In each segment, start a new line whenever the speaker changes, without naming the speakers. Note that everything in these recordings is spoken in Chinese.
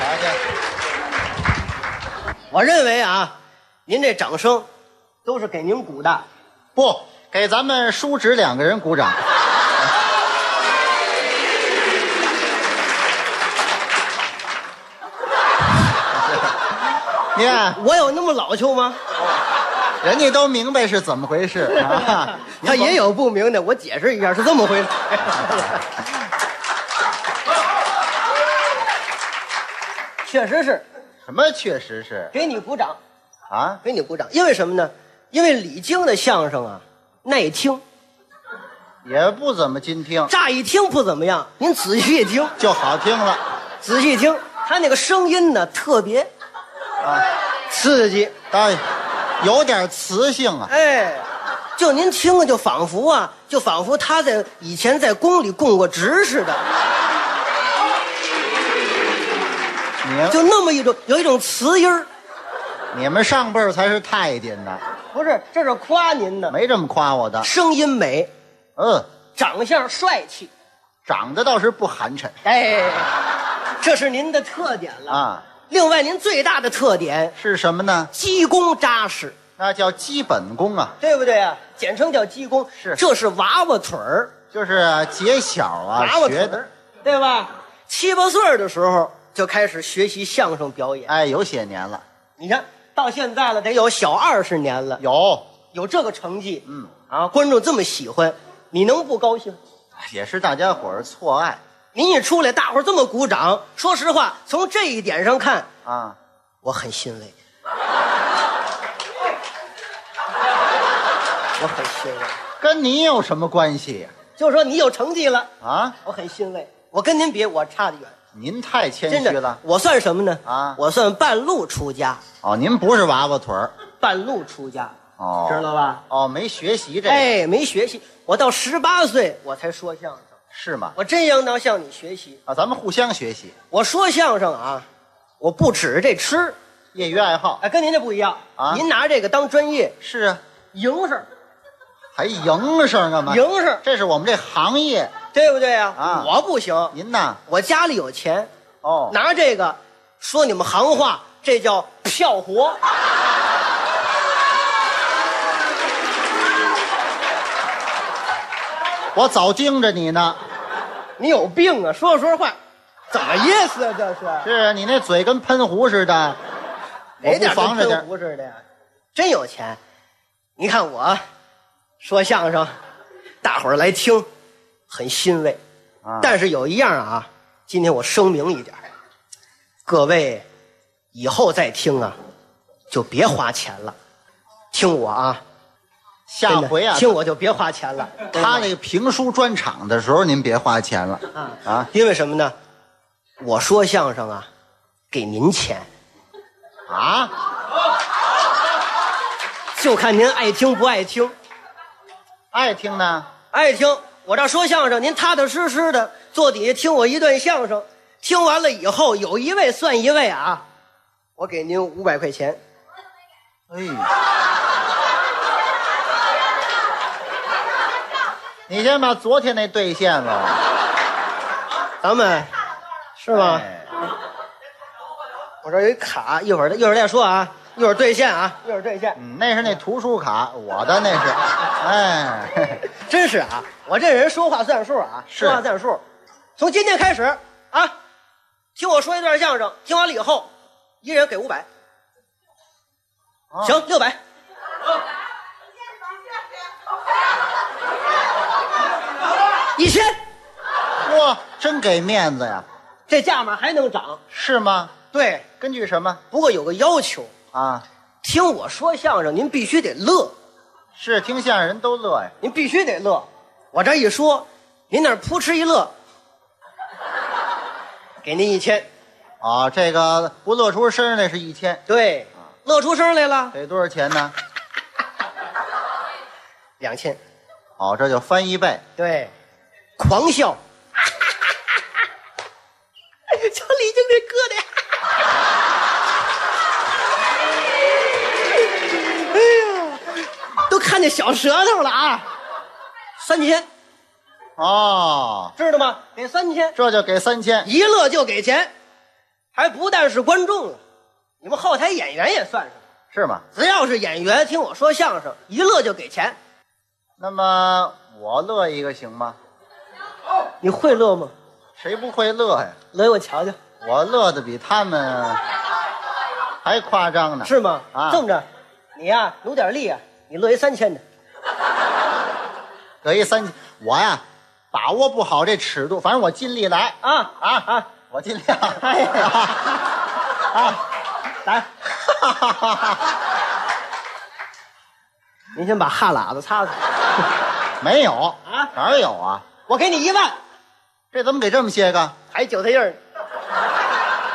来去。我认为啊，您这掌声都是给您鼓的，
不给咱们叔侄两个人鼓掌。 你看，
我有那么老旧吗？。
人家都明白是怎么回事啊
他也有不明的，我解释一下是这么回 事。确实是
什么？确实是
给你鼓掌，
啊，
给你鼓掌，因为什么呢？因为李菁的相声啊耐听，
也不怎么经听，
乍一听不怎么样，您仔细一听，
就好听了。
仔细一听，他那个声音呢特别啊刺激，
当然有点磁性啊。
哎，就您听了就仿佛啊，就仿佛他在以前在宫里供过职似的。
你
就那么一种，有一种词音儿，
你们上辈儿才是太监呢，
不是，这是夸您呢，
没这么夸我的。
声音美，
嗯，
长相帅气，
长得倒是不寒碜
哎，这是您的特点了。
啊。
另外，您最大的特点，
是什么呢？
基功扎实，
那叫基本功啊，
对不对啊？简称叫基功，
是
这是娃娃腿儿，
就是啊解小啊
娃娃腿
学的
儿。，对吧？七八岁儿的时候就开始学习相声表演，
哎，有些年了，
你看到现在了，得有小二十年了，
有
有这个成绩，
嗯
啊，观众这么喜欢，你能不高兴？
也是大家伙儿错爱
您一出来，大伙儿这么鼓掌，说实话，从这一点上看，
啊。
我很欣慰， 我很欣慰。
跟你有什么关系呀、
就说你有成绩了，
啊？
我很欣慰。我跟您比，我差得远，
您太谦
真
虚
的
了。。
我算什么呢？
啊
我算半路出家，
哦，您不是娃娃腿儿
半路出家，
哦
知道吧？
哦，没学习这个、
哎，没学习，我到十八岁我才说相声，
是吗？
我真应当向你学习。
啊，咱们互相学习，
我说相声啊，我不指着这吃，
业余爱好
哎，跟您这不一样
啊
您拿这个当专业，
是啊，
营生，
还营生干啊嘛？
营生，
这是我们这行业。
对不对呀、
啊
我不行，
您呐，
我家里有钱，
哦，
拿这个说你们行话，这叫票活。
我早盯着你呢。
你有病啊！说说话，怎么意思啊？这是
是啊，你那嘴跟喷壶似的，我
哪
不
点儿
防着
跟喷
点儿。
壶似的呀？真有钱，你看我说相声，大伙儿来听，很欣慰。
啊
但是有一样啊，今天我声明一点儿，各位以后再听啊，就别花钱了，听我啊。
下回啊，
听我就别花钱了。
他那个评书专场的时候，您别花钱了
啊
啊
因为什么呢？我说相声啊，给您钱，
啊！
就看您爱听不爱听。
爱听呢，
爱听，我这说相声，您踏踏实实的坐底下听我一段相声，听完了以后有一位算一位啊，我给您五百块钱。
哎，你先把昨天那兑现了，
咱们是吗？
哎
我这儿有一卡，一会儿再一会儿再说啊，一会儿兑现啊，一会儿兑现。
嗯，那是那图书卡，我的那是，哎，嘿嘿
真是啊，我这人说话算数啊，
是
说话算数。从今天开始啊，听我说一段相声，听完了以后，一人给五百、
啊
行，六百。一千，
哇，真给面子呀，
这价码还能涨？
是吗？
对，
根据什么
不过有个要求，
啊？
听我说相声，您必须得乐，
是听相声人都乐呀，
您必须得乐。我这一说，您那儿扑哧一乐，给您一千。
啊，这个不乐出声儿那是一千，
对，乐出声来了，
得多少钱呢？
两千。
哦，这就翻一倍，
对，狂笑， 就李菁这哥的 呀。哎呀，都看见小舌头了啊！三千，
哦，
知道吗？给三千，
这就给三千，
一乐就给钱，还不但是观众了，你们后台演员也算上。
是吗？
只要是演员听我说相声，一乐就给钱。
那么我乐一个行吗？
你会乐吗？
谁不会乐呀？
乐我瞧瞧，
我乐的比他们还夸张呢。
是吗？
啊
这么着，你呀、努点力啊，你乐一三千的。
得一三千，我呀把握不好这尺度，反正我尽力来
啊
啊
啊！
我尽量。
哎呀
啊，
来，您先把哈喇子擦擦。
没有
啊
哪儿有啊？
我给你一万，
这怎么给这么些个？
还韭菜印儿呢。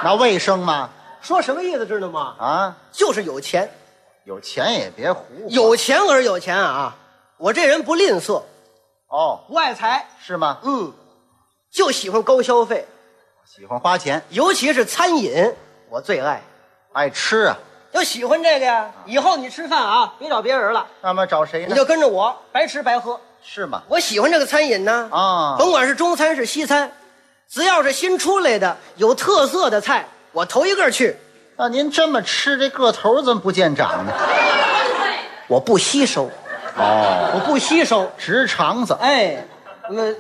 那卫生吗？
说什么意思知道吗？
啊，
就是有钱，
有钱也别胡花
有钱可是有钱啊！我这人不吝啬，
哦，
不爱财，
是吗？
嗯，就喜欢高消费，
喜欢花钱，
尤其是餐饮，我最爱。
爱吃啊。
就喜欢这个呀！以后你吃饭啊，别找别人了，
那么找谁
你
呢？
就跟着我，白吃白喝。
是吗？
我喜欢这个餐饮呢，
啊
甭管是中餐是西餐，只要是新出来的有特色的菜，我头一个去，
那您这么吃，这个头怎么不见长呢？
我不吸收，
哦，
我不吸收。
直肠子。
哎，那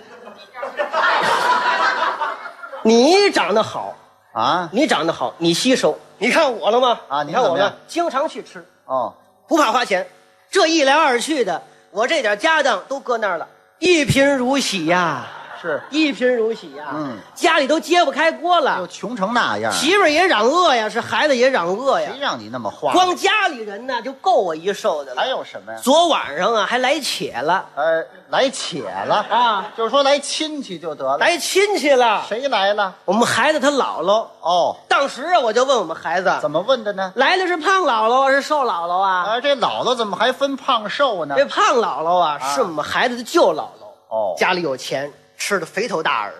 你长得好，
啊，
你长得好，你吸收。你看我了吗？
啊
你
您
看
怎
我
么样
了，经常去吃，
哦，
不怕花钱。这一来二去的，我这点家当都搁那儿了，一贫如洗呀、
是，
一贫如洗呀、
嗯
家里都揭不开锅
又
了，
穷成那样，
媳妇儿也嚷饿呀，是孩子也嚷饿呀
谁，让你那么花？
光家里人呢就够我一受的
还
了。
有什哎么呀？
昨晚上啊还来且了，
呃，来且了
啊，
就是说来亲戚就得了。
来亲戚了。
谁来了？
我们孩子他姥姥，
哦，
当时啊我就问我们孩子，
怎么问的呢？
来的是胖姥姥还是瘦姥姥啊？
啊，这姥姥怎么还分胖瘦呢
这？胖姥姥啊是我们孩子的舅姥姥，
哦，
家里有钱，吃的肥头大耳的。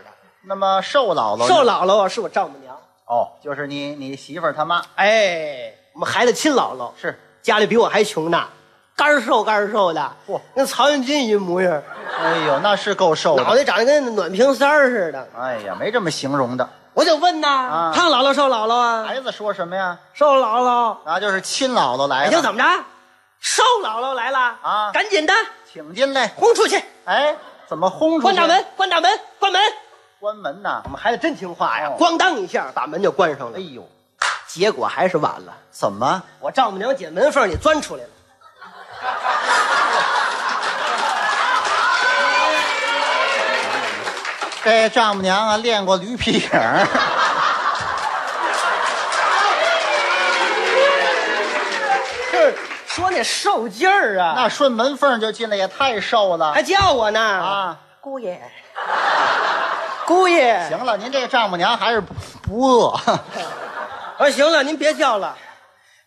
那么瘦姥姥呢，
瘦姥姥啊是我丈母娘，
哦，就是你你媳妇儿他妈
哎，我们孩子亲姥姥
是，
家里比我还穷呢，干瘦干瘦的，
嚯
跟曹云金一模样，
哎呦，那是够瘦
脑
的。
袋长得跟暖瓶塞儿似的。
哎呀，没这么形容的。
我就问呐，
啊哎
胖姥姥瘦姥姥啊，
孩子说什么呀？
瘦姥姥，
啊，就是亲姥姥来
你哎
了，
就怎么着？瘦姥姥来了
啊
赶紧的
请进来。
轰出去，
哎，怎么轰出去？
关大门，，关大门，关门。
关门呐
我！们孩子真听话呀
哦，
咣当一下把门就关上了
哎。呦，
结果还是晚了，
怎么？
我丈母娘姐门缝里钻出来了。
这丈母娘啊，练过驴皮影 儿。
就是说那瘦劲儿啊，
那顺门缝就进来，也太瘦了
还叫我呢
啊！
姑爷，姑爷，
行了，您这丈母娘还是不不饿，
我说啊行了，您别叫了，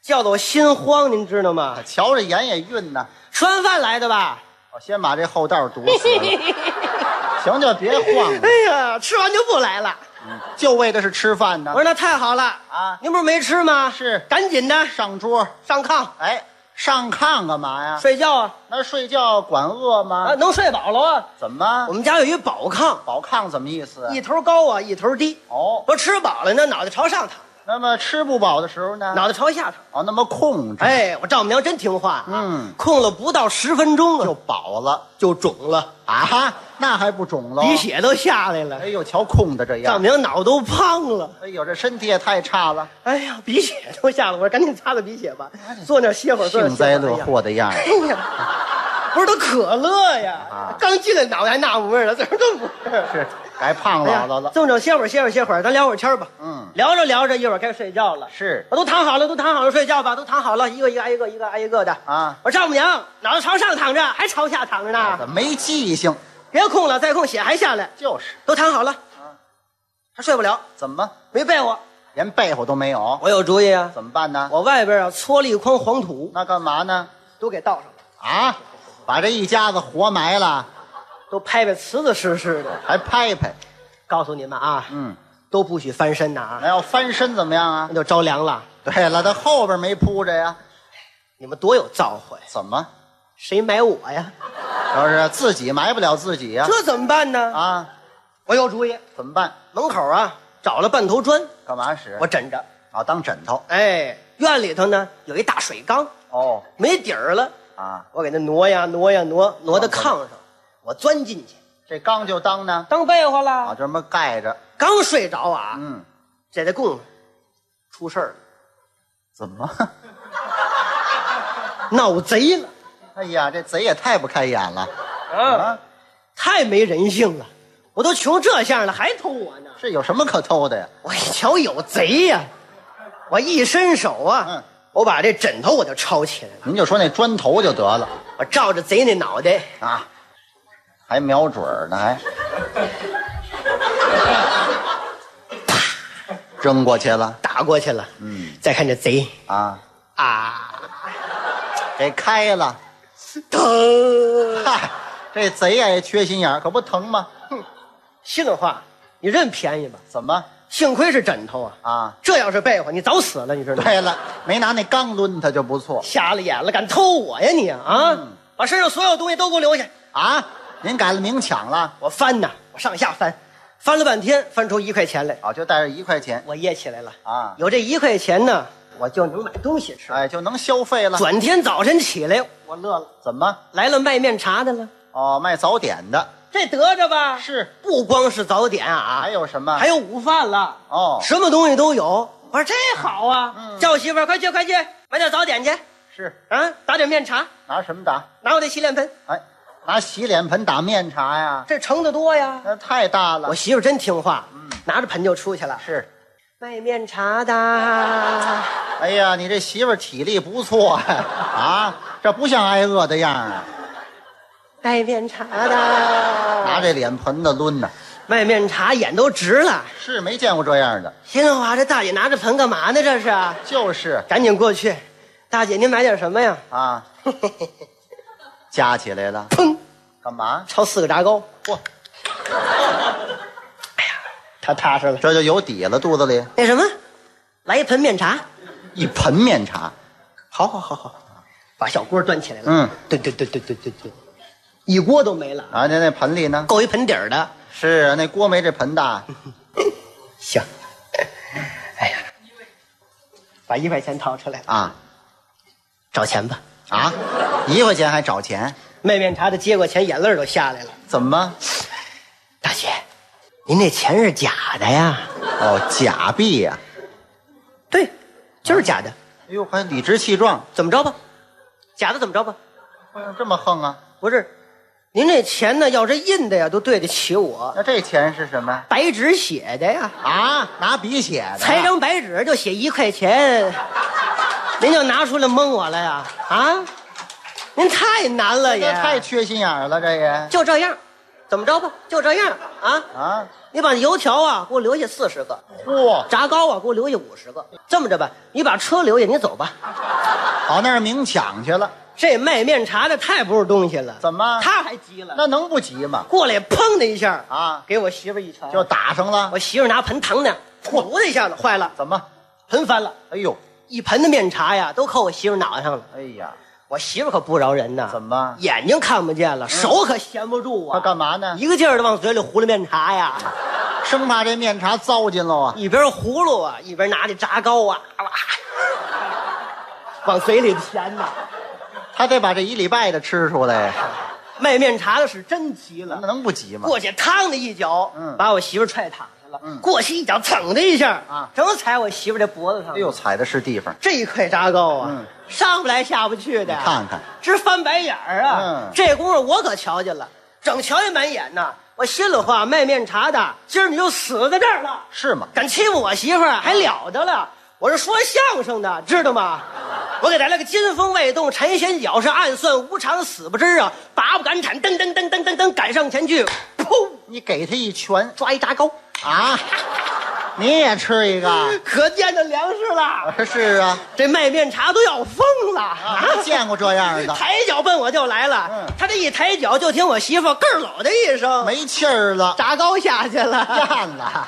叫的我心慌，您知道吗？
瞧着眼也晕呢。
吃完饭来的吧？
我先把这后道堵死了。 行，就别晃了嗯
哎，呀，吃完就不来了。
就为的是吃饭呢
我。说那太好了
啊
您不是没吃吗？
是
赶紧的
上桌，
上炕
哎，上炕干嘛呀？
睡觉啊
那睡觉管饿吗
啊，？能睡饱了啊。
怎么
我？们家有一宝炕，
保炕怎么意思？
一头高啊，一头低。
哦，
我吃饱了呢，脑袋朝上躺，
那么吃不饱的时候呢？
脑袋朝下躺。
哦，那么空着
哎，我丈母娘真听话啊，
嗯
空了不到十分钟啊，
就饱了
就肿了，
啊，那还不肿喽？
鼻血都下来了
哎，呦，瞧空的这
丈
样
母，娘脑都胖了。
哎呦，这身体也太差了，
哎呀，鼻血都下来了，我说赶紧擦擦鼻血吧，坐那儿歇会儿，坐那儿
幸
歇会
灾
儿。
乐祸的样
哎呀。
儿。
哎呀不是都可乐呀？
啊
刚进来脑袋还纳闷儿了，怎么这么回事儿？
是，该胖
哎呀
姥姥了。
这么着歇会儿，歇会儿，歇会儿，咱聊会儿天儿吧。
嗯
聊着聊着，一会儿该睡觉了。啊
是
我都躺好了，都躺好了，睡觉吧，都躺好了，一个一个挨一个，一个挨一个的。
啊
我丈母娘脑袋朝上躺着，还朝下躺着呢，
哎怎么没记性？
别空了，再空血还下来，
就是，
都躺好了。
啊
还睡不了，
怎么
没被窝。
连被窝都没有？
我有主意啊，
怎么办呢？
我外边啊搓了一筐黄土，
那干嘛呢？
都给倒上了，
啊，把这一家子活埋了，
都拍拍瓷瓷实实的。
还拍拍。
告诉你们啊，
嗯，
都不许翻身呐啊，
那要翻身怎么样啊
那？就着凉了。
对了，他后边没铺着呀？
你们多有造化呀，
怎么？
谁买我呀？
就是自己埋不了自己呀？
这怎么办呢？
啊，
我有主意，
怎么办？
门口啊找了半头砖，
干嘛使？
我枕着。
啊，当枕头。
哎，院里头呢有一大水缸，
哦，
没底儿了，
啊，
我给它挪呀挪呀挪，挪到炕上，我钻进去
这缸就当呢，
当被窝
啊，
了。
这么盖着。
刚睡着啊，
嗯，
在这供出事儿了，
怎么？
闹贼了
哎呀，这贼也太不开眼了
啊！
啊！
太没人性了，我都穷这样了还偷我呢。
这有什么可偷的呀？
我一瞧有贼呀、我一伸手啊，
嗯
我把这枕头我就抄起来了，
您就说那砖头就得了
我照着贼那脑袋，
啊，还瞄准儿呢，还， 啪，扔过去了
打过去了。
嗯，
再看这贼
啊，
啊，
给开了。
疼！
嗨，这贼呀也缺心眼儿，可不疼吗？
杏花，你认便宜吧？
怎么
幸亏是枕头啊，
啊？
这要是被窝，你早死了，你知道吗？
对了，没拿那缸抡他就不错
瞎了眼了，敢偷我呀你啊！
嗯
把身上所有东西都给我留下！
啊。您改了明抢了
我翻呐，我上下翻，翻了半天，翻出一块钱来，
啊，就带着一块钱，
我掖起来了
啊
有这一块钱呢，我就能买东西吃。
哎，就能消费了。
转天早晨起来，
我乐了，怎么？
来了卖面茶的了，
哦，卖早点的
这得着吧？
是，
不光是早点啊，
还有什么？
还有午饭了，
哦，
什么东西都有。我说这好啊，
嗯
叫我媳妇儿快去快去买点早点去
是
啊，打点面茶，
拿什么打？
拿我这洗脸盆，
哎，拿洗脸盆打面茶呀？
这盛的多呀。
那太大了
我。媳妇儿真听话，拿着盆就出去了。
是，
卖面茶的，
哎呀，你这媳妇儿体力不错呀、啊，这不像挨饿的样儿啊，
卖面茶的，
拿这脸盆子抡呢、
卖面茶眼都直了。
是没见过这样的，
心话，这大姐拿着盆干嘛呢？这是，
就是
赶紧过去，大姐您买点什么呀？
啊，加起来了，
砰，
干嘛？
炒四个炸糕，
嚯，
他踏实了。
这就有底了，肚子里
那什么，来一盆面茶，
一盆面茶，
好好好好，把小锅端起来了。
嗯，
对对对对对对对，一锅都没了，
啊，那那盆里呢？
够一盆底儿的。
是啊，那锅没这盆大，
行，哎呀，把一块钱掏出来了，
啊
找钱吧。
啊，一块钱还找钱，
卖面茶的接过钱，眼泪儿都下来了。
怎么？
大姐，您那钱是假的呀？
哦，假币呀、
对，就是假的。
哎呦，还理直气壮，
怎么着吧？假的怎么着吧？
哎这么横啊？
不是，您这钱呢，要是印的呀，都对得起我。
那这钱是什么？
白纸写的呀，
啊，拿笔写的。
裁张白纸就写一块钱，您就拿出来蒙我了呀？啊，您太难了
这
也，
太缺心眼儿了，这也
就这样，怎么着吧？就这样啊！
啊，
你把油条啊给我留下四十个，
嚯，
炸糕啊给我留下五十个。这么着吧，你把车留下，你走吧。
跑那儿明抢去了，
这卖面茶的太不是东西了，
怎么
他还急了？
那能不急吗？
过来，砰的一下
啊
给我媳妇一拳，
就打上了，
我媳妇拿盆搪呢，噗的一下子坏了，
怎么？
盆翻了，
哎呦，
一盆的面茶呀都扣我媳妇脑袋上了。
哎呀，
我媳妇可不饶人呐，
怎么
眼睛看不见了，手可闲不住啊？
他干嗯嘛呢？
一个劲儿的往嘴里糊了面茶呀，
生怕这面茶糟践喽啊！
一边葫芦啊，一边拿着炸糕啊，哇，往嘴里填呐。
他得把这一礼拜的吃出来呀，
卖面茶的是真急
那
了，
能不急吗？
过去嘡的一脚，
嗯
把我媳妇踹躺下了。
嗯
过去一脚，噌的一下
啊
正踩我媳妇这脖子上。
哎呦，，踩的是地方，
这一块炸糕啊，
嗯
上不来下不去的，
你看看，
直翻白眼儿啊！
嗯
这功夫我可瞧见了，整瞧一满眼呐。我心里话，卖面茶的，今儿你就死在这儿了，
是吗？
敢欺负我媳妇儿还了得了？我是说相声的，知道吗？我给来了个金风未动缠弦脚，是暗算无常死不知啊！拔不敢铲，噔噔噔噔噔噔，赶上前去，噗，
你给他一拳
抓一炸糕，
啊，你也吃一个？
可见的粮食了。
是啊，
这卖面茶都要疯了
啊
啊！
没见过这样的，
抬脚奔我就来了。
嗯
他这一抬脚，就听我媳妇儿咯儿搂的一声，
没气儿 了，
炸糕下去了。
站了。